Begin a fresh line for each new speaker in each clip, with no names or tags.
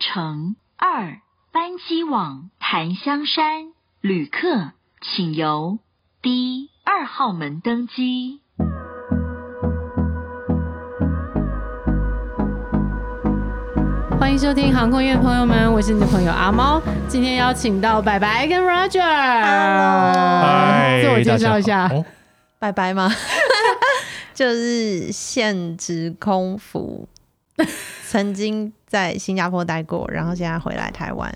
乘二班机往檀香山，旅客请由 D 二号门登机。
欢迎收听航空业朋友们，我是你的朋友阿猫。今天邀请到白白跟 Roger。
嗨
自我介绍一下
大家好哦
拜拜吗？ 就是现职空服，曾经在新加坡待过，然后现在回来台湾。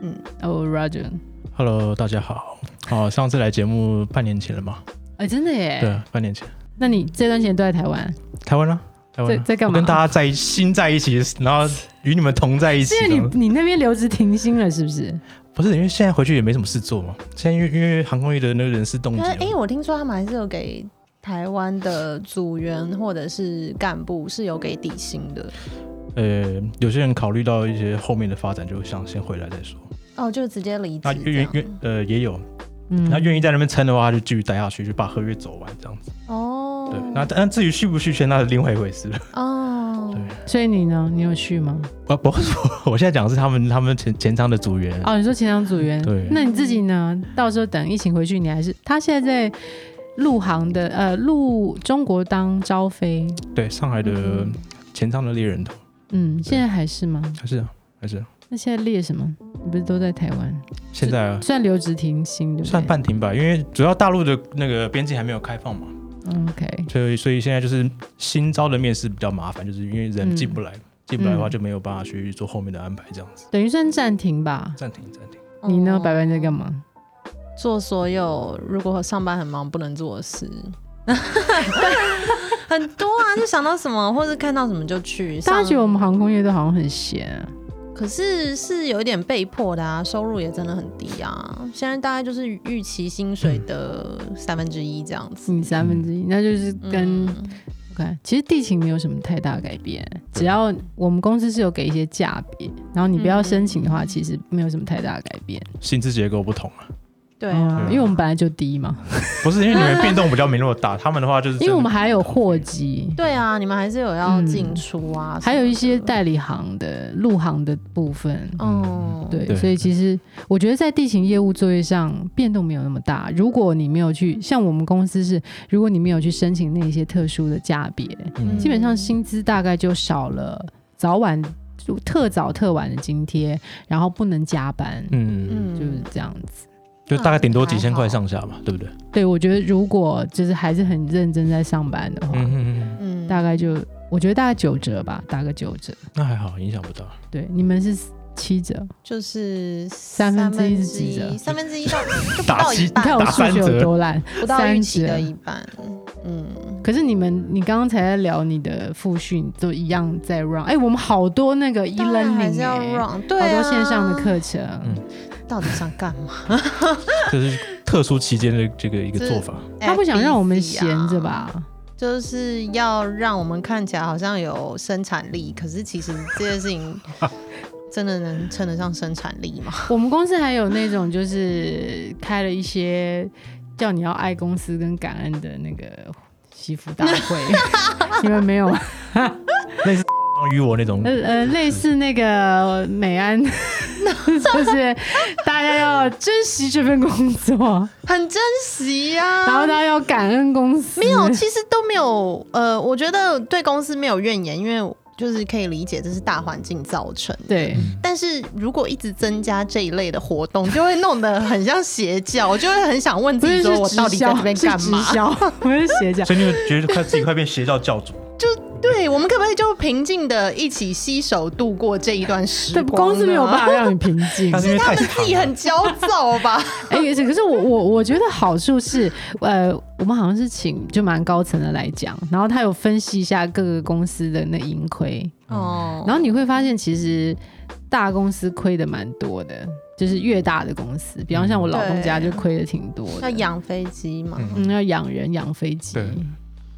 嗯
哦、r o g e r
Hello，大家好。哦，上次来节目半年前了嘛？
哎、真的耶。
对，半年前，
那你这段时间都在台湾，
台湾呢、台湾
在
啊
在干
我
嘛？
跟大家在一心在一起，然后与你们同在一起
是。因为你你那边留职停薪了，是不是？
不是因为现在回去也没什么事做嘛？现在因为因为航空业的那个人事冻结
但
嘛
是，哎、我听说他们还是有给台湾的组员或者是干部是有给底薪的。
呃，有些人考虑到一些后面的发展，就想先回来再说。
哦，就直接离职
那
这
愿
样。
愿呃也有，
嗯
那愿意在那边撑的话，他就继续待下去，就把合约走完这样子。
哦，
对，那但至于续不续签，那是另外一回事了。
哦，
所以你呢？你有去吗？
我不是我，我现在讲的是他们他们前前舱的组员。
哦，你说前场组员，
对
那你自己呢？到时候等疫情回去，你还是他现在在陆航的呃陆中国当招飞，
对，上海的前舱的猎人头
嗯，现在还是吗？
还是啊还是啊
那现在列什么？你不是都在台湾？
现在啊
算留职停薪对不对？
算半停吧，因为主要大陆的那个边境还没有开放嘛，
嗯 OK，
所以所以现在就是新招的面试比较麻烦，就是因为人
嗯
进不来，进不来的话
嗯
就没有办法去做后面的安排，这样子。
等于算暂停吧。
暂停暂停，
你呢，
哦
白白在干嘛？
做所有如果上班很忙不能做的 事。很多啊，就想到什么或者看到什么就去。
大家
上
觉得我们航空业都好像很闲啊、
可是是有一点被迫的啊，收入也真的很低啊。现在大概就是预期薪水的三分之一这样子。
你三分之
嗯
一，那就是嗯跟、
嗯
OK。其实地勤没有什么太大改变，只要我们公司是有给一些价别，然后你不
嗯
要申请的话，其实没有什么太大改变。
薪资结构不同啊，
对
嗯
啊，
因为我们本来就低嘛，
不是因为你们变动比较没那么大，他们的话啊就是
因为我们
真的
还有货机，
对啊，你们还是有要进出啊，
嗯还有一
什么
些
的
代理行的、陆行的部分。
哦，
对，
对
所以其实我觉得在地勤业务作业上变动没有那么大。如果你没有去，像我们公司是，如果你没有去申请那一些特殊的价别，
嗯
基本上薪资大概就少了早晚就特早特晚的津贴，然后不能加班，
嗯嗯，
嗯，
就是这样子。
就大概顶多几千块上下嘛，对不对？
对，我觉得如果就是还是很认真在上班的话，
嗯嗯嗯，
嗯
大概就我觉得大概九折吧，打个九折。
那还好，影响不大。
对，你们是七折，
就是
三分之一是几啊折
三分之一到就不
打
到
七
一
你看
半，
我
打
数
三
学有
折
多烂，
不到预期
三
的
折
一半，嗯，
可是你们，你刚刚才在聊你的复训，都一样在 run。哎、我们好多那个 e
当然
learning
还是要
哎、
run，对
好
啊，
多线上的，课程。
嗯
到底想干嘛？
这是特殊期间的这个一个
这
做法，
他不想让我们闲
FBC 啊
着吧？
就是要让我们看起来好像有生产力，可是其实这件事情真的能称得上生产 力吗？
我们公司还有那种就是开了一些叫你要爱公司跟感恩的那个祈福大会， 你们没有？
于我那种
呃呃，类似那个美安， 就是大家要珍惜这份工作，
很珍惜
然后大
啊。
家要感恩公司。
没有，其实都没有。呃，我觉得对公司没有怨言，因为就是可以理解这是大环境造成。
对。
但是如果一直增加这一类的活动，就会弄得很像邪教，我就会很想问
不
自己
是
说，
是
我
直
到底在
销
这边
是
干
直
嘛？
销 不是邪教。
所以你们觉得快自己快变邪教教主？
对，我们可不可以就平静的一起携手度过这一段时
对，
光呢？
公司没有办法让你平静。 哎
但是因为
他
太
们自己很焦躁 吧？、
而且可是我我我觉得好处是，呃，我们好像是请就蛮高层的来讲，然后他有分析一下各个公司的那盈亏，
哦，
然后你会发现其实大公司亏的蛮多的，就是越大的公司，比方像我老公家就亏的挺多的
嗯要。养飞机嘛，
嗯，要养人养飞机
对。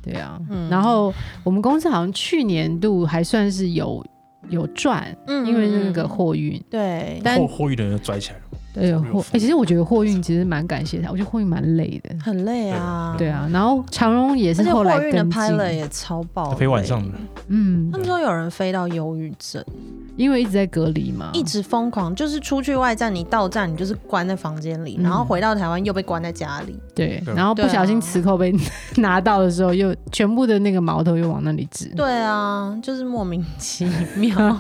对啊，
嗯
然后我们公司好像去年度还算是有有赚，
嗯
因为那个货运，
对，
但
后后羿的人拽起来了，
对货，哎、其实我觉得货运其实蛮感谢他，我觉得货运蛮累的。
很累啊，
对，啊，然后长荣也是
而且
后来
货运的
跟
拍
进，
了也超爆，
飞晚上的。
嗯
他，们说有人飞到忧郁症，
因为一直在隔离嘛，
一直疯狂，就是出去外站，你到站你就是关在房间
嗯
里，然后回到台湾又被关在家里。
对，
对
然后不
对
小心
啊
磁扣被 拿到的时候，又全部的那个矛头又往那里指。
对啊，就是莫名其妙。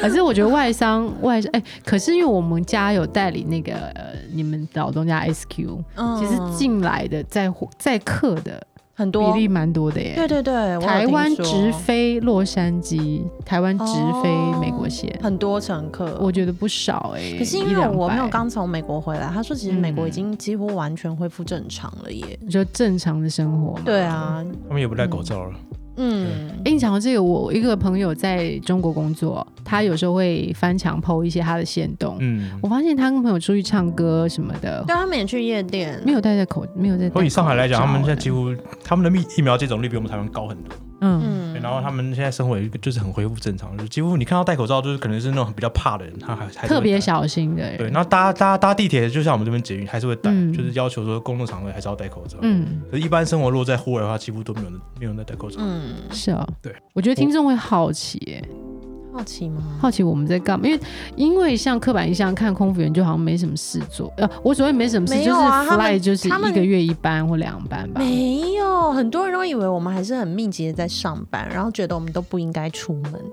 可是我觉得外商外商哎、可是因为我们家有代理那个、呃、你们老东家 SQ，、
嗯
其实进来的在在客的
很
比
多，
例蛮多的耶。
对对对，我有
台湾
听说哦
直飞洛杉矶，台湾直飞美国线，
很多乘客，
我觉得不少哎、欸。
可是因
一
为
两
我没有
百，
刚从美国回来，他说其实美国
嗯
已经几乎完全恢复正常了耶。
你说正常的生活嘛。
对啊，
他们也不戴口罩了，
嗯，
诶你讲到这个，我一个朋友在中国工作，他有时候会翻墙 PO 一些他的线动。
嗯
我，发现他跟朋友出去唱歌什么的，
对啊他们也去夜店，
没有戴着口，嗯没有戴。
所以上海来讲，他们现在几
乎，
乎他们的疫疫苗接种率比我们台湾高很多，
嗯，
嗯
对然后他们现在生活也就是很恢复正常，就是几乎你看到戴口罩，就是可能是那种比较怕的人，他还还是会
特别
戴。
小心的
对，
人。
然后搭搭搭地铁，就像我们这边捷运还是会戴，
嗯
就是要求说公共场合还是要戴口罩。
嗯，
可是，一般生活如果在户外的话，几乎都没有人没有人在戴口罩。
嗯，
是哦。
对，
我觉得听众会好奇、欸，
好奇吗？
好奇我们在干嘛？因为因为像刻板印象，看空服员就好像没什么事做。呃，我所谓没什么事，
没
就是
有啊他们
fly 就是
他们
一个月一班或两班吧。
没有，很多人都以为我们还是很密集的在上班，然后觉得我们都不应该出门。
嗯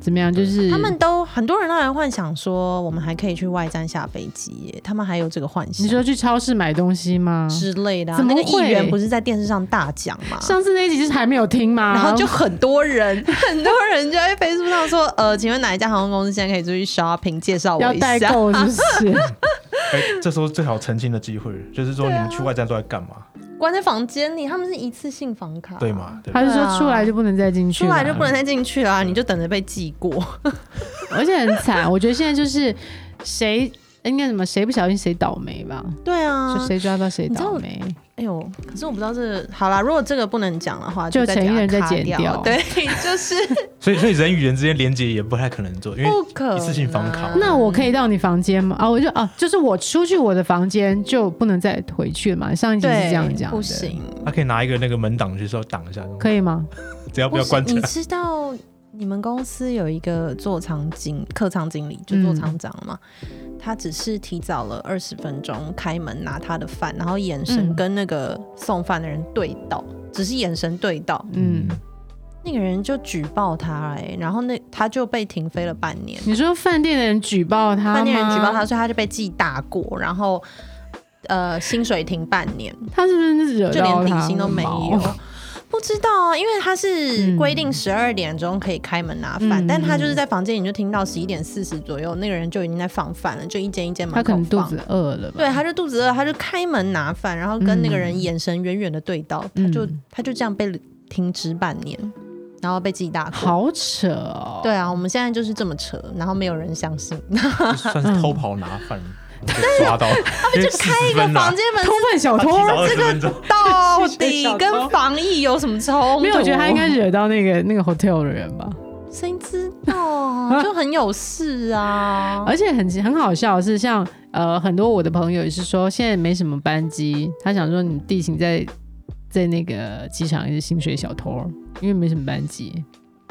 怎么样？就是
他们都很多人都还幻想说，我们还可以去外站下飞机耶，他们还有这个幻想
你说去超市买东西吗？
之类的、啊。
怎么
那个议
会
员不是在电视上大讲吗？
上次那一集就是还没有听吗？
啊然后就很 多人，很多人就在 Facebook 上说，呃，请问哪一家航空公司现在可以出去 shopping？介绍我
要
一
代
下。
购是 不是？
哎、这时候最好澄清的机会就是说，你们去外站都在干嘛？
关在房间里，他们是一次性房卡，
对？吗？对吧
他就说出来就不能再进去
出
了，
来就不能再进去了啊，你就等着被记过。
而且很惨。我觉得现在就是谁应该怎么谁不小心谁倒霉吧，
对啊
就，谁抓到谁
你知道
倒霉。
哎呦，可是我不知道这好啦，如果这个不能讲的话，
就
再
陈
给
一
它
人再
卡
剪掉
掉。 对，就是
所以，所以人与人之间连接也不太可能做，因为
哦
不可能啊
一次性房卡。
那我可以到你房间吗？啊，我就啊，就是我出去我的房间就不能再回去了嘛。上一集是
对
这样讲的，
不，行，
他可以拿一个那个门挡去稍微挡一下，
可以吗？
只要不要
行
关起
你
来。
知道你们公司有一个座舱经客舱经理，就座舱长嘛，
嗯
他只是提早了二十分钟开门拿他的饭，然后眼神
嗯
跟那个送饭的人对到，只是眼神对到，
嗯，
那个人就举报他哎、然后那他就被停飞了半年。
你说饭店的人举报他吗，
饭店人举报他，所以他就被记大过，然后呃薪水停半年，
他是不是惹
就
到
连底
他哦
薪都没有嗯
毛。
不知道啊，因为他是
嗯
规定十二点钟可以开门拿饭，
嗯
但他就是在房间里就听到十一点四十左右，那个人就已经在放饭了，就一间一间门
他可
口
能肚
放。
子饿了吧？
对，他就肚子饿，他就开门拿饭，然后跟那个人眼神远远的对到，他就
嗯
他就这样被停职半年，然后被记大过。
好扯哦。
对啊，我们现在就是这么扯，然后没有人相信。
算是偷跑拿 饭，被抓到。他们就开
那个房间门
偷饭小偷，
这个
到
谁
底
小偷
跟防疫有什么冲突？
没有，我觉得他应该惹到那个那个 hotel 的人吧。
谁 知道啊，就很有事啊。
而且很很好笑的是像，呃很多我的朋友也是说，现在没什么班机，他想说你地勤在在那个机场也是薪水小偷，因为没什么班机。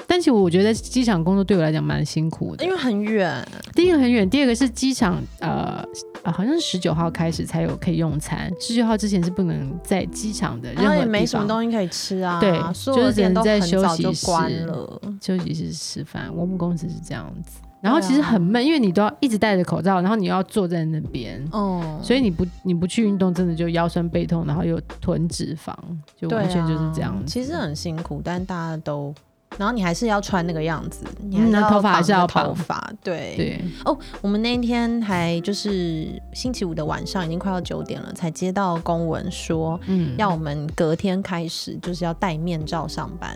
但其实我觉得在机场工作对我来讲蛮辛苦的
因，为很远，
第一个很远，第二个是机场呃啊好像是十九号开始才有可以用餐，十九号之前是不能在机场的任
然
何
后
地
也
方
没什么东西可以吃啊。
对
所有的店都很早
就
就关
是只能在
了。
休息室吃饭，我们公司是这样子。然后其实很闷，因为你都要一直戴着口罩，然后你又要坐在那边，
哦，
所以你不你不去运动，真的就腰酸背痛，然后又囤脂肪，就
对啊
完全就是这样子。
其实很辛苦，但大家都。然后你还是要穿那个样子，你
嗯
还
那头发还是要
绑着头
绑
发。对，
对，
哦，我们那一天还就是星期五的晚上，已经快要九点了，才接到公文说
嗯，
要我们隔天开始就是要戴面罩上班，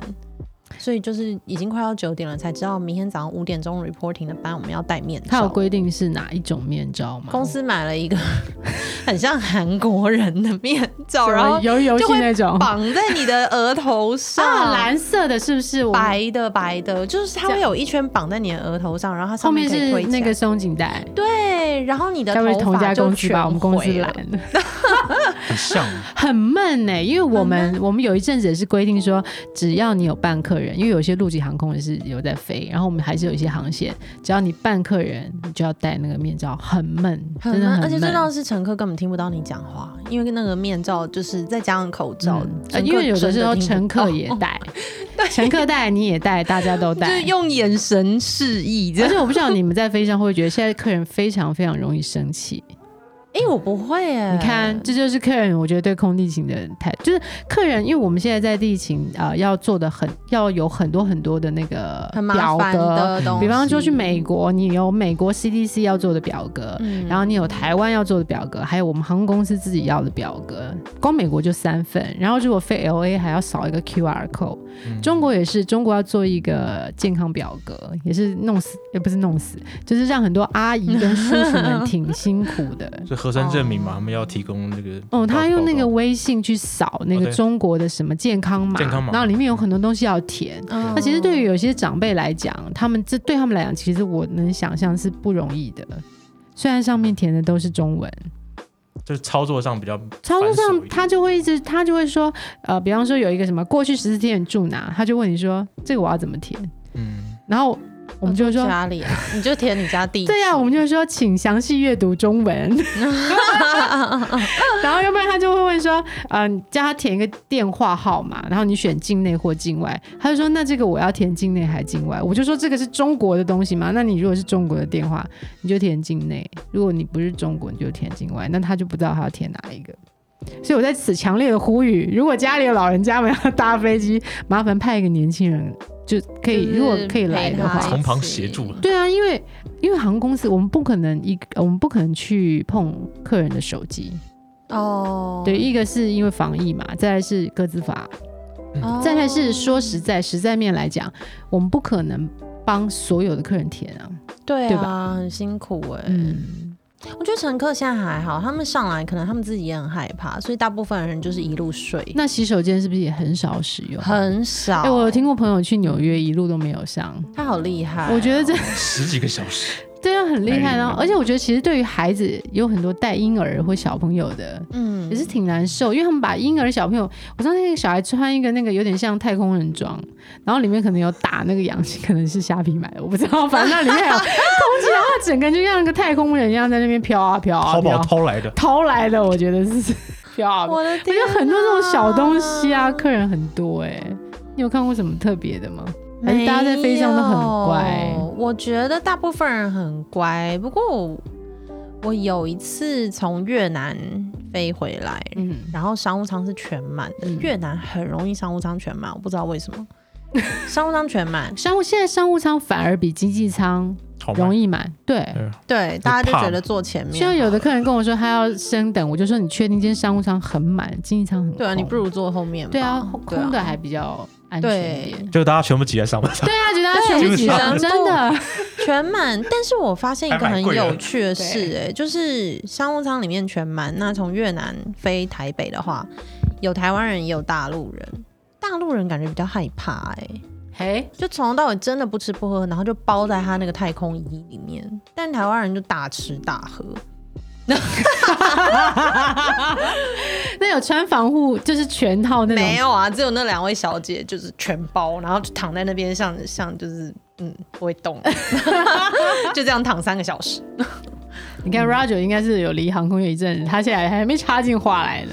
所以就是已经快要九点了，才知道明天早上五点钟 reporting 的班我们要戴面
它有
罩。
规定是哪一种面罩吗？
公司买了一个 很像韩国人的面罩，然后
游游戏那种
绑在你的额头 上，
啊，蓝色的是不是？我们
白的白的，就是它会有一圈绑在你的额头上，然后它
后
上
面
可以
是
推起
那
来
个松紧带。
对，然后你的
该不会是
头
同一
发
家
就
公司
全
吧？我们公司
毁了
懒，
很像，
很闷呢、因为我们我们有一阵子也是规定说，
嗯
只要你有办客人，因为有些陆籍航空也是有在飞，然后我们还是有一些航线，只要你办客人，你就要戴那个面罩，很闷，
很
真的
闷，
很
而且最重要
闷。
的是乘客根本听不到你讲话，因为那个面罩就是再加上口罩
嗯，呃
乘客
因为有的时候
真听
乘
不到
客也 戴，乘客戴你也戴，大家都
就
戴
是。用眼神示意这
而
样。
且我不知道你们在飞机上会不会觉得现在客人非常非常容易生气。
哎、我不会哎，
你看，这就是客人，我觉得对空地勤的态，就是客人，因为我们现在在地勤啊、呃要做的很，要有很多很多的那个
很麻
表
烦
格，
的东西，
比方说去美国，你有美国 CDC 要做的表格。
嗯，
然后你有台湾要做的表格，还有我们航空公司自己要的表格，光美国就三份。然后如果飞 LA 还要扫一个 QR code，、
嗯
中国也是，中国要做一个健康表格，也是弄死，也不是弄死，就是让很多阿姨跟叔叔们挺辛苦的。
所以核酸证明嘛，他们要提供那个
哦，他用那个
报告
微信去扫那
哦
个
对
中国的什么健康码，
健康码
然后里面有很多东西要填。
嗯，
那其实对于有些长辈来讲，他们这对他们来讲，其实我能想象是不容易的。虽然上面填的都是中文，
就是操作上比较
操作
繁琐一
上
点
他就会一直他就会说，呃，比方说有一个什么过去十四天你住哪，他就问你说这个我要怎么填，
嗯，
然后我们就会说。
家里啊，你就填你家地址，
对啊呀、我们就会说请详细阅读中文， 然后要不然他就会问说，嗯、你叫他填一个电话号码，然后你选境内或境外，他就说那这个我要填境内还境外，我就说这个是中国的东西嘛，那你如果是中国的电话，你就填境内；如果你不是中国，你就填境外，那他就不知道他要填哪一个。所以我在此强烈的呼吁，如果家里有老人家们要搭飞机，麻烦派一个年轻人，就可以，
就是
如果可以来的话
陪，他
从旁协助，
对啊，因为因为航空公司，我们不可能一我们不可能去碰客人的手机。
哦，
对，一个是因为防疫嘛，再来是各自法，
哦，
再来是说实在实在面来讲，我们不可能帮所有的客人填啊。
对
对
啊，很辛苦哎、
嗯，
我觉得乘客现在还好，他们上来可能他们自己也很害怕，所以大部分人就是一路睡，
那洗手间是不是也很少使用？
很少。
哎、我有听过朋友去纽约一路都没有上，
他好厉害哦、
我觉得这
十几个小时，
对啊很厉害啊。
哎
而且我觉得其实对于孩子有很多带婴儿或小朋友的，
嗯
也是挺难受，因为他们把婴儿小朋友，我知道那个小孩穿一个那个有点像太空人装，然后里面可能有打那个氧气，可能是虾皮买的，我不知道，反正那里面还有 空气，然后他整个就像个太空人一样在那边飘啊飘啊
淘宝
飘，
偷来的，
偷来的，我觉得是飘啊飘。
我
我
的
觉
天哪，
得很多这种小东西啊，客人很多哎、你有看过什么特别的吗？还是
没有，
哎大家在飞机上都很乖
我觉得大部分人很乖，不过我我有一次从越南飞回来，
嗯，
然后商务舱是全满的，
嗯
越南很容易商务舱全满，我不知道 为什么。商务舱全满，
商务现在商务舱反而比经济舱
好嗯吗
容易满，对。
对
对，大家就
怕
觉
嘛
得坐前面好了。
虽然有的客人跟我说他要升等，我就说你确定今天商务舱很满，经济舱很空
对啊，你不如坐后面吧。
对啊，空的
对啊
还比较安全一点。
就大家全部挤在上班上，
对啊，觉得他
对
全部挤
基本
上
上
真的，
全满。但是我发现一个
还
很
蛮贵的
有趣的事、哎，就是商务舱里面全满。那从越南飞台北的话，有台湾人也有大陆人，大陆人感觉比较害怕、哎，
嘿，
就从头到尾真的不吃不喝，然后就包在他那个太空衣里面。但台湾人就大吃大喝，
那有穿防护就是全套那
没
种。
有啊，只有那两位小姐就是全包，然后就躺在那边像像就是嗯不会动， 就这样躺三个小时。
你看 Roger 应该是有离航空业一阵子，他现在还没插进话来呢。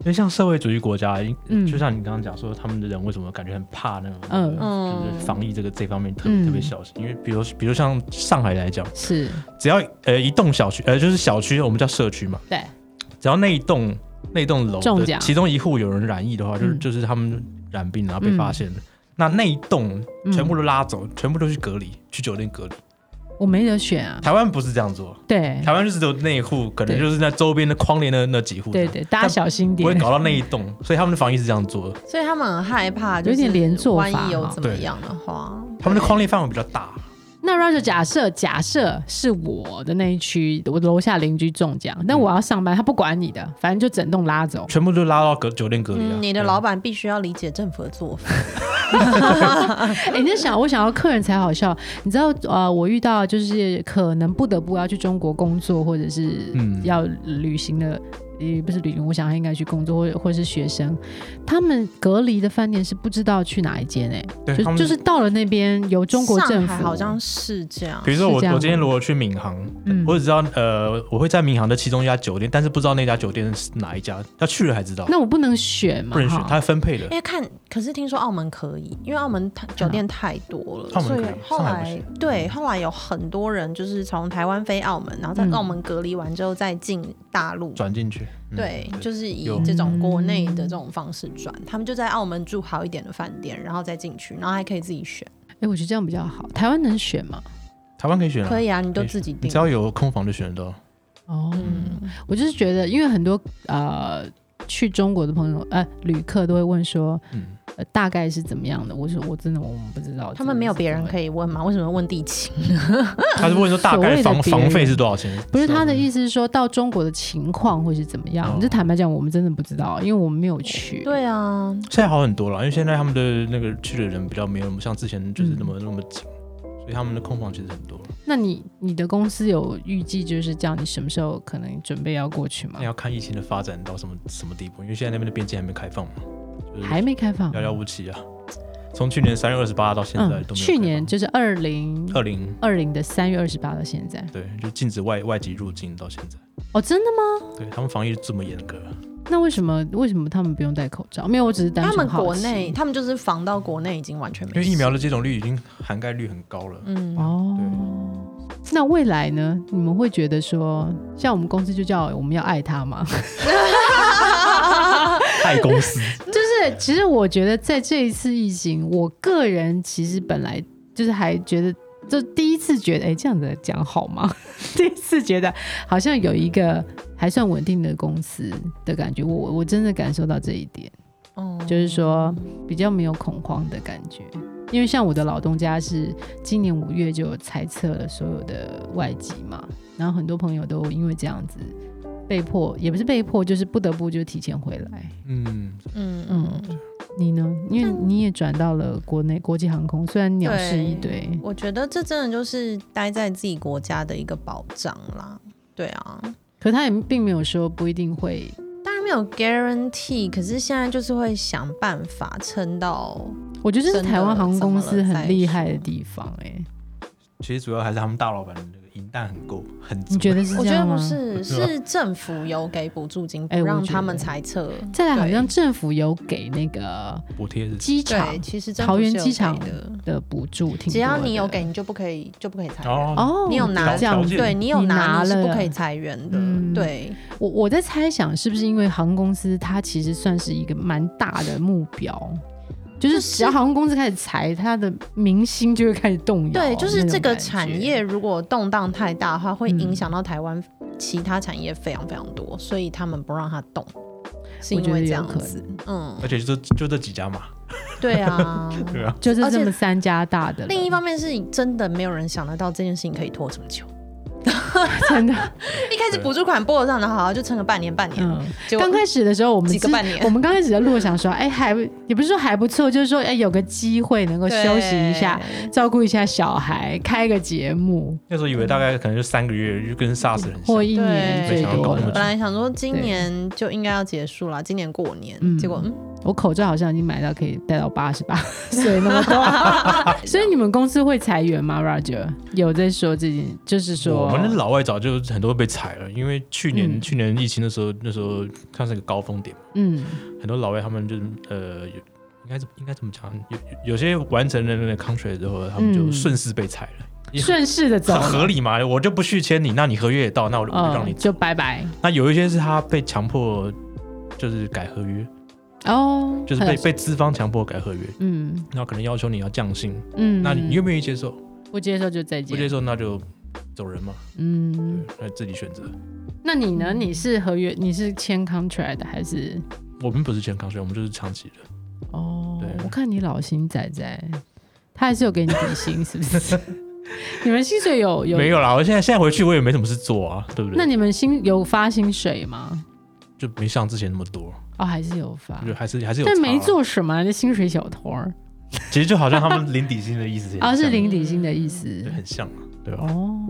因为像社会主义国家，
嗯
就像你刚刚讲说，他们的人为什么感觉很怕那种，
嗯
就是防疫这个这方面特
嗯
特别小心，因为比如比如像上海来讲，
是，
只要呃一栋小区，呃就是小区，我们叫社区嘛，
对，
只要那一栋那一栋楼
中
的
奖
其中一户有人染疫的话，就是
嗯
就是他们染病然后被发现了，那那一栋
嗯
全部都拉走，全部都去隔离，去酒店隔离。
我没得选啊。
台湾不是这样做，
对，
台湾就是只有那一户，可能
对
就是在周边的框列那那几户，
对对，大家小心
不会
点。
搞到那一栋，所以他们的防疫是这样做的，
所以他们很害怕，就
有点
是
连坐
万
法
一有
哈
怎么
对
样的话，
他们的框列范围比较大，
那 Roger 假设假设是我的那一区，我楼下邻居中奖，
嗯
那我要上班，他不管你的，反正就整栋拉走。
全部都拉到隔酒店隔离啊。
嗯，你的
对
老板必须要理解政府的做法。
哎、你在想，我想要客人才好笑。你知道，呃，我遇到就是可能不得不要去中国工作或者是
嗯
要旅行的也不是旅行，我想他应该去工作或者或是学生，他们隔离的饭店是不知道去哪一间哎、
对，他
就
们
就是到了那边由中国政
上
府
海好像是这样
比，如说
是
我
这样
我今天如果去闵行，
嗯
我只知道呃我会在闵行的其中一家酒店，但是不知道那家酒店是哪一家，要去了才知道，
那我啊不能选嘛，
不允许
哈
它分配的
哎
因。为哎看，可是听说澳门可以，因为澳门它酒店太多了，
澳门
所以
可以
后
上海不
来对后来有很多人就是从台湾飞澳门，然后在
嗯
澳门隔离完之后再进大陆。
转进去，嗯
对，就是以
有
这种国内的这种方式转，他们就在澳门住好一点的饭店，然后再进去，然后还可以自己选，
哎、我觉得这样比较好。台湾能选吗？
台湾可以选啊，
可以啊，你都
可以
自己
你
定
只。要有空房就选得到。
哦，
嗯，
我就是觉得，因为很多呃去中国的朋友呃旅客都会问说、
嗯，
呃大概是怎么样的，我说我真的我们不知道，
他们没有别人
以。
可以问吗？为什么问地勤？
嗯
他是问说大
所谓
概
的
房
别人
房费是多少钱？
不是他的
思。
意思是说到中国的情况会是怎么样？
哦
就坦白讲，我们真的不知道，因为我们没有去。
对啊，
现在好很多了，因为现在他们的那个去的人比较没有像之前就是那么、那么紧，所以他们的空房其实很多了。
那你你的公司有预计就是叫你什么时候可能准备要过去吗
那？要看疫情的发展到什么什么地步，因为现在那边的边境还没开放嘛，就是
还没开放。
遥遥无期啊。从去年三月二十八到现在都没有
嗯
开，放、
去年就是二零
二零
二零的三月二十八到现在。
对，就禁止外外籍入境到现在，
哦，真的吗？
对他们防疫这么严格，啊
那为什么为什么他们不用戴口罩？没有，我只是单
他
纯
们
好奇
国内，他们就是防到国内已经完全没
因为
事，
疫苗的接种率已经涵盖率很高了。
嗯，
哦。那未来呢？你们会觉得说，像我们公司就叫我们要爱他吗？
爱公司
就是其实我觉得在这一次疫情，我个人其实本来就是还觉得，就第一次觉得，哎，这样子讲好吗？ 第一次觉得好像有一个还算稳定的公司的感觉，我我真的感受到这一点。
哦
就是说比较没有恐慌的感觉。因为像我的老东家是今年五月就裁撤了所有的外籍嘛，然后很多朋友都因为这样子被迫，也不是被迫，就是不得不就提前回来。
嗯，
嗯
嗯
嗯，
你呢？因为你也转到了国内国际航空，虽然鸟事一堆，
我觉得这真的就是待在自己国家的一个保障啦。对啊，
可他也并没有说不一定会。
当然没有 guarantee，可是现在就是会想办法撑到。
我觉得这是
真的
台湾航空公司
怎么了再
很厉害的
说
地方、哎，
其实主要还是他们大老板的那个银弹很够，很足
你觉得是
我
这
觉得
样吗？
不是，
啊
是政府有给补助金，
哎
不
我
让
觉
他们
得
裁撤。
再来，好
对
像政府有给那个
补贴是
机场
对，其实政府
桃园
是有
机场
给的，
的补助，挺
只要
多
你有
的
给，你就不可以，就不可以裁员。
哦，
哦，
你有拿
这样
条件
对你有
你拿
拿，你是不
了
可以裁员的。
嗯
对，
我我在猜想，是不是因为航空公司它其实算是一个蛮大的目标，就是
就是
只要航空公司开始裁，它的明星就会开始动摇。
对，就是
那种
这个
感觉嗯
产业，如果动荡太大的话，会影响到台湾其他产业非常非常多，所以他们不让它动，是
我
因
觉得
为这
有
样
可
子。
能，
嗯，
而且就这就这几家嘛，
对啊。
对啊，
就是
而且
这么三家大的了。
另一方面是真的没有人想得到这件事情可以拖这么久，
真的，
一开始补助款拨得上，然后好像就撑个半年半年，
嗯，
结果
刚开始的时候我们
几个
是
半年
我们刚开始的路想说，哎，还也不是说还不错，就是说，哎，有个机会能够休息一下，
对
照顾一下小孩，开个节目
那时候以为大概可能就三个月，就跟 SARS 很像
或。一年
对
最
没想到搞
多
那么
了
久
本。来想说今年就应该要结束了，今年过年，
嗯
结果嗯，
我口罩好像已经买到可以戴到八十八岁那么多， 所以你们公司会裁员吗？Roger 有在说这件，就是说
我们的老外早就很多被裁了，因为去年、
嗯
去年疫情的时候，那时候算是个高峰点嘛，
嗯
很多老外他们就是呃，有应该是应该怎么讲？有有有些完成了那个 contract 之后，他们就
嗯
顺势被裁了，也
顺势的走
很
了，
合理嘛。我就不续签你，那你合约也到，那我就我就让你
嗯，
走。
就拜拜
那有一些是他被强迫就是改合约，
哦，
就是被被资方强迫改合约，
嗯
那可能要求你要降薪，
嗯，
那你愿不愿意接受？
不接受就再
不接
见，
受那就走人嘛，对
嗯，，
那自己选择。
那你呢？你是合约，你是签 contract 的还是？
我们不是签 contract，我们就是长期的。
哦
对，
我看你老薪仔仔，他还是有给你底薪，是不 是？你们薪水有有
没？有啦，我现在现在回去我也没什么事做啊，对不对？
那你们薪有发薪水吗？
就没像之前那么多，
哦，还是有发，
就还是还是有。啊
但没，做什么，啊那薪水小偷儿
其实就好像他们零底薪的意思也很像，
啊，是零底薪的意思。
对，很像啊，对吧？
哦，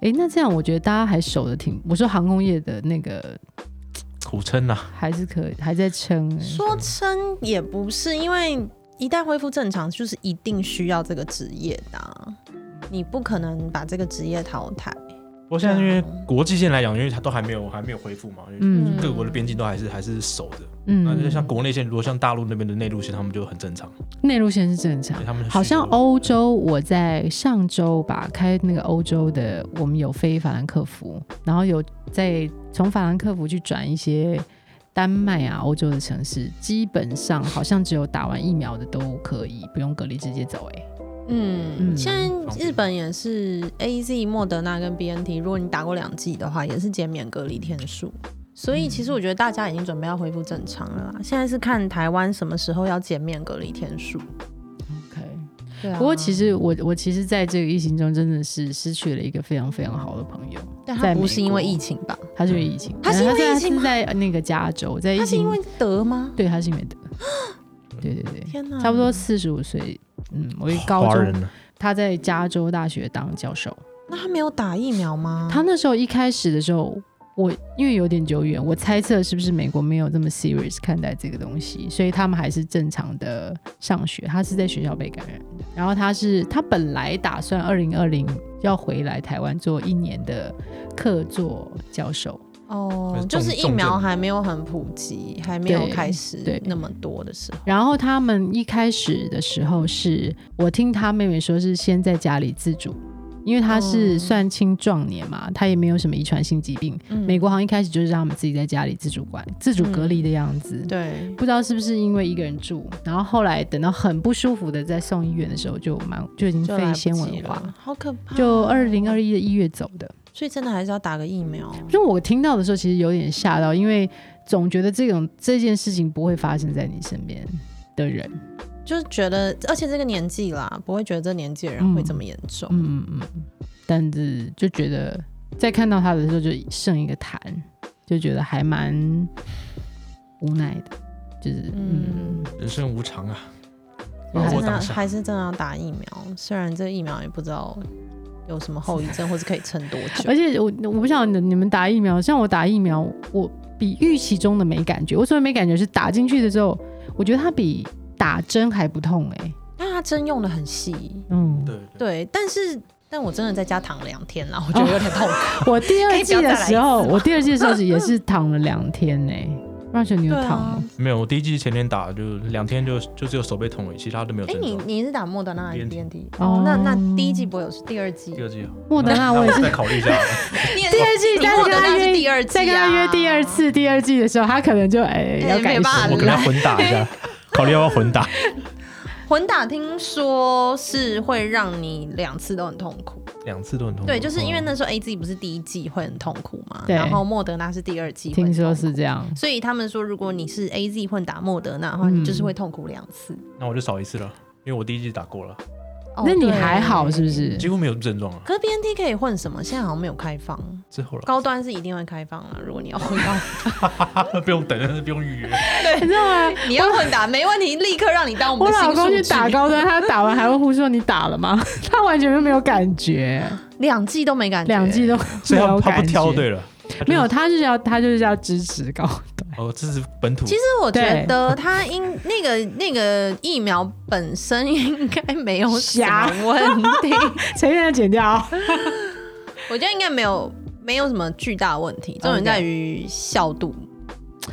哎，那这样我觉得大家还守的挺，我说航空业的那个
苦撑啊，
还是可以，还在撑、欸。
说撑也不是，因为一旦恢复正常，就是一定需要这个职业的啊、你不可能把这个职业淘汰。
不过现在因为国际线来讲，因为它都还没有还没有恢复嘛，因为
嗯
各国的边境都还是还是守着。那就
嗯，
像国内线，如果像大陆那边的内陆线，他们就很正常，
内陆线是正常
对。他们
嗯好像哦
需求
欧洲，我在上周吧开那个欧洲的，我们有飞法兰克福，然后有在从法兰克福去转一些丹麦啊欧洲的城市，基本上好像只有打完疫苗的都可以不用隔离直接走、欸。
嗯，
嗯
现在日本也是 A Z、莫德纳跟 B N T，如果你打过两剂的话，也是减免隔离天数。所以其实我觉得大家已经准备要恢复正常了啦。现在是看台湾什么时候要减免隔离天数。
OK，
对啊，
不过其实我我其实在这个疫情中真的是失去了一个非常非常好的朋友，
但
在
他
美
不
国
是因为疫情吧？
他是因为疫情，
嗯他是因为
在
疫情
他
吗
是在那个加州，在疫
他是因
情
为得吗？
对他是 因为的，对对对，
天哪，
差不多四十五岁，嗯，我一高
华
中
人啊
他在加州大学当教授。
那他没有打疫苗吗？
他那时候一开始的时候，我因为有点久远，我猜测是不是美国没有这么 serious 看待这个东西，所以他们还是正常的上学。他是在学校被感染的，然后他是他本来打算二零二零要回来台湾做一年的客座教授，
哦，就
重
是疫苗还没有很普及，还没有
对
开始
对
那么多的时候。
然后他们一开始的时候是，我听他妹妹说是先在家里自主，因为他
哦
是算青壮年嘛，他也没有什么遗传性疾病。
嗯
美国好像一开始就是让他们自己在家里自主管、自主隔离的样子。
嗯对，
不知道是不是因为一个人住，然后后来等到很不舒服的再送医院的时候，就蛮就已经
就来
肺
不
纤
及
维化，
了，好可怕。
就二零，二一的一月走的。
所以真的还是要打个疫苗。
就我听到的时候，其实有点吓到，因为总觉得这种这件事情不会发生在你身边的人。
就是觉得，而且这个年纪啦，不会觉得这年纪的人会这么严重。
嗯嗯嗯，但是就觉得在看到他的时候就剩一个痰，就觉得还蛮无奈的，就是嗯
嗯，
人生无常啊，
嗯
把
还是
握
真
当
的
下。
还是真的要打疫苗，虽然这个疫苗也不知道有什么后遗症，或是可以撑多 久
而。且我我不晓得你们打疫苗，像我打疫苗，我比预期中的没感觉。我所谓没感觉是打进去的时候，我觉得它比打针还不痛哎、
但它针用的很细，
嗯，
对对，
对，但是但我真的在家躺两天啦，我觉得有点痛苦。
我第
可
二
以不
季
要
的
再来一
时候，
次吗
我第二季的时候也是躺了两天欸呢、Rachel，你有
对
躺
啊
吗？，
没有，我第一季前天打就两天就就只有手背痛而已，其他都没有
哎、
症
你
状。
你是打莫德纳还是 B N
BNT
T？哦，那那
哦
第一季不会有，是第二季。
第二季啊，
莫德纳
那
我也是
再考虑一下。啊
你也
第二季，
你
但是
莫德
跟他
纳是
约
第二季、啊，
再跟他约第二。次、第二季的时候，他可能就哎、
哎
要改
没办 法
时
我可能要混打一下，考虑要不要混打。
混打听说是会让你两次都很痛苦，
两次都很痛苦。
对，就是因为
哦
那时候 A Z 不是第一季会很痛苦嘛，
对
然后莫德纳是第二季，
听说，是这样，
所以他们说如果你是 A Z 混打莫德纳的话，
嗯
你就是会痛苦两次。
那我就少一次了，因为我第一季打过了，
哦
那你还好是不？
对
是？
几乎没有症状了。
可是 B N T 可以混什么？现在好像没有开放，
之后了，
高端是一定会开放了。如果你要混到，
啊
不用等，不用预约。
你知道吗？
你要混打没问题，立刻让你当我们
我
的
老公去
新数据
打高端，他打完还会呼说你打了吗？ 他完全都没有感觉，
两季都没感觉，
两季 都 没
所以
有
他
感觉。
他不挑，对了，
没有，他就是要他就是要支持高端。
哦，这是本土。
其实我觉
对
得它应那个那个疫苗本身应该没有什
瞎
么问 题，
前面要剪掉 哦，
我觉得应该没有没有什么巨大问题，重点
OK
在于效度。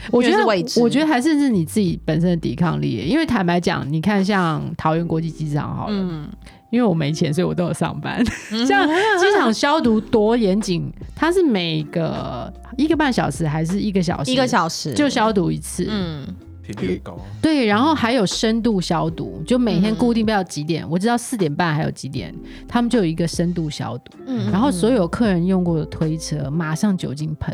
我觉
因
得
为是未知
我觉得还是是你自己本身的抵抗力耶，因为坦白讲，你看像桃园国际机场好了，
嗯，
因为我没钱，所以我都有上班。 像机场消毒多严谨，它是每个一个半小时还是一个小时？
一个小时
就，消毒一次。
嗯，
频率很高啊，
对，然后还有深度消毒，就每
嗯
天固定不知道几点，我知道四点半还有几点，他们就有一个深度消毒。
嗯
然后所有客人用过的推车马上酒精喷，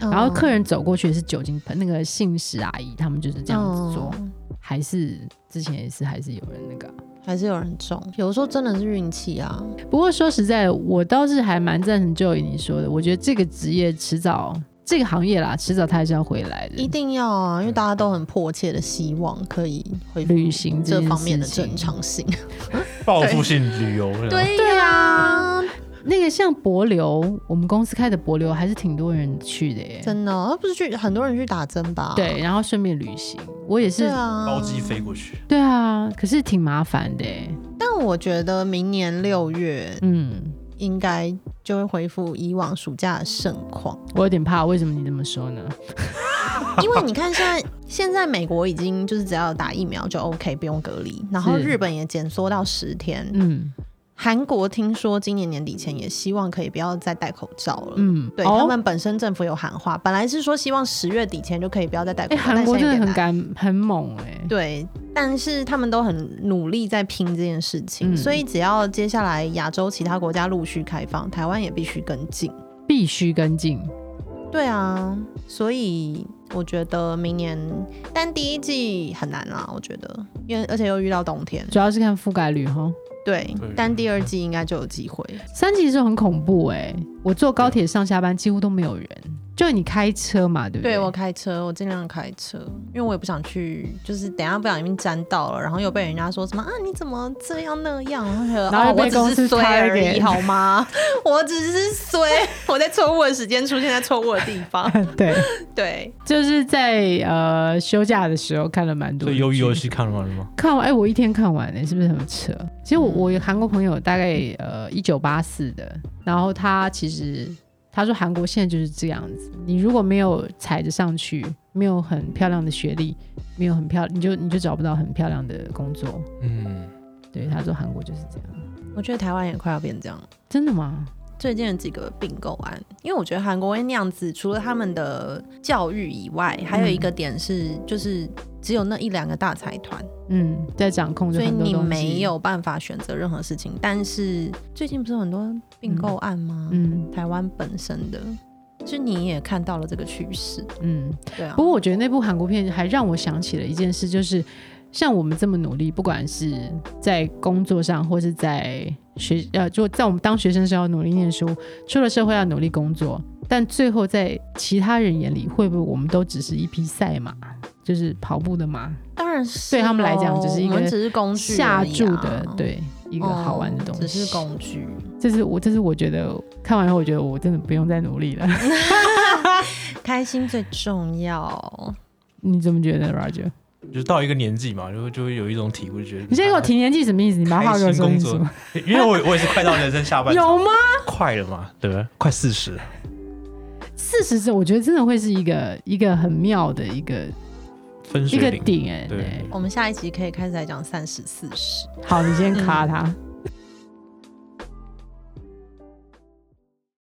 嗯
然后客人走过去也是酒精喷。那个信使阿姨他们就是这样子做，
嗯
还是之前也是还是有人那个啊、
还是有人中，有时候真的是运气啊。
不过说实在的，我倒是还蛮赞成 Joey 你说的，我觉得这个职业迟早，这个行业啦，迟早它还是要回来
一
的。
定要啊，因为大家都很迫切的希望可以恢复
旅行
这
件
方面的
事情
正，常性。
啊
报复性旅游。，
啊对呀、
那个像博流，我们公司开的博流还是挺多人去的耶。
真的哦、那不是去很多人去打针吧？
对，然后顺便旅行，我也是
对啊，
包机飞过去，
对啊，可是挺麻烦的耶。
但我觉得明年六月
嗯，
应该就会恢复以往暑假的盛 况，
我有点怕，为什么你这么说呢？
因为你看现在现在美国已经就是只要打疫苗就 OK，不用隔离，然后
是
日本也减缩到十天，
嗯
韩国听说今年年底前也希望可以不要再戴口罩了。
嗯，
对、
哦
他们本身政府有喊话，本来是说希望十月底前就可以不要再戴口
哎，
罩，但
韩国
现在
真
也
的
变
很
难。
敢很猛哎。
对，但是他们都很努力在拼这件事情，
嗯
所以只要接下来亚洲其他国家陆续开放，台湾也必须跟进。
必须跟进。
对啊，所以我觉得明年，但第一季很难啦，我觉得，因为而且又遇到冬天，
主要是看覆盖率哈。
对
对，
但第二季应该就有机会。
三级的时候很恐怖哎、我坐高铁上下班几乎都没有人，就你开车嘛，对不
对我开车，我尽量开车，因为我也不想去，就是等一下不小心沾到了，然后又被人家说什么啊你怎么这样那样，然后觉得
然后又
哦我
被公
只
司
是衰
target
而 已好吗？我只是衰，我在错误的时间出现在错误的地 方。
对，
对，
就是在呃休假的时候看了蛮多
所
的
以
剧。
鱿鱼游戏看完了吗？
看完哎、我一天看完哎、是不是很扯？其实我
嗯
我有韩国朋友大概呃一九八四的，然后他其实他说韩国现在就是这样子，你如果没有踩着上去，没有很漂亮的学历，没有很漂你就你就找不到很漂亮的工作。
嗯，
对，他说韩国就是这样，
我觉得台湾也快要变这样了。
真的吗？
最近有几个并购案，因为我觉得韩国会那样子，除了他们的教育以外，还有一个点是，就是只有那一两个大财团，
嗯，在掌控着
所以
很多
你
东西。
没，有办法选择任何事情。但是最近不是有很多并购案吗？
嗯
台湾本身的，就你也看到了这个趋势，
嗯。
对啊。
不过我觉得那部韩国片还让我想起了一件事，就是像我们这么努力，不管是在工作上，或是在学呃，就在我们当学生的时候要努力念书，出了社会要努力工作，但最后在其他人眼里，会不会我们都只是一匹赛马，就是跑步的马，
当然是
对他们来讲
哦
只是一个
我们只是工具
下
而已啊
注的，，对一
一
个好玩的东西。
哦只是工具。
这是我，这是我觉得看完以后，我觉得我真的不用再努力了。
开心最重要。
你怎么觉得，Roger？
就是到一个年纪嘛，就会就会有一种体会，就觉得啊
你现在给我提年纪什么意思？你把话给我
开心
说
工
清楚
作。，因为我我也是快到人生下半 场，
有吗？
快了嘛，对不对？快四十，
四十岁，我觉得真的会是一个一个很妙的一个
分
一
水
个
岭，
顶哎、
对
对，
我们下一集可以开始来讲三十四十。
好，你先卡他，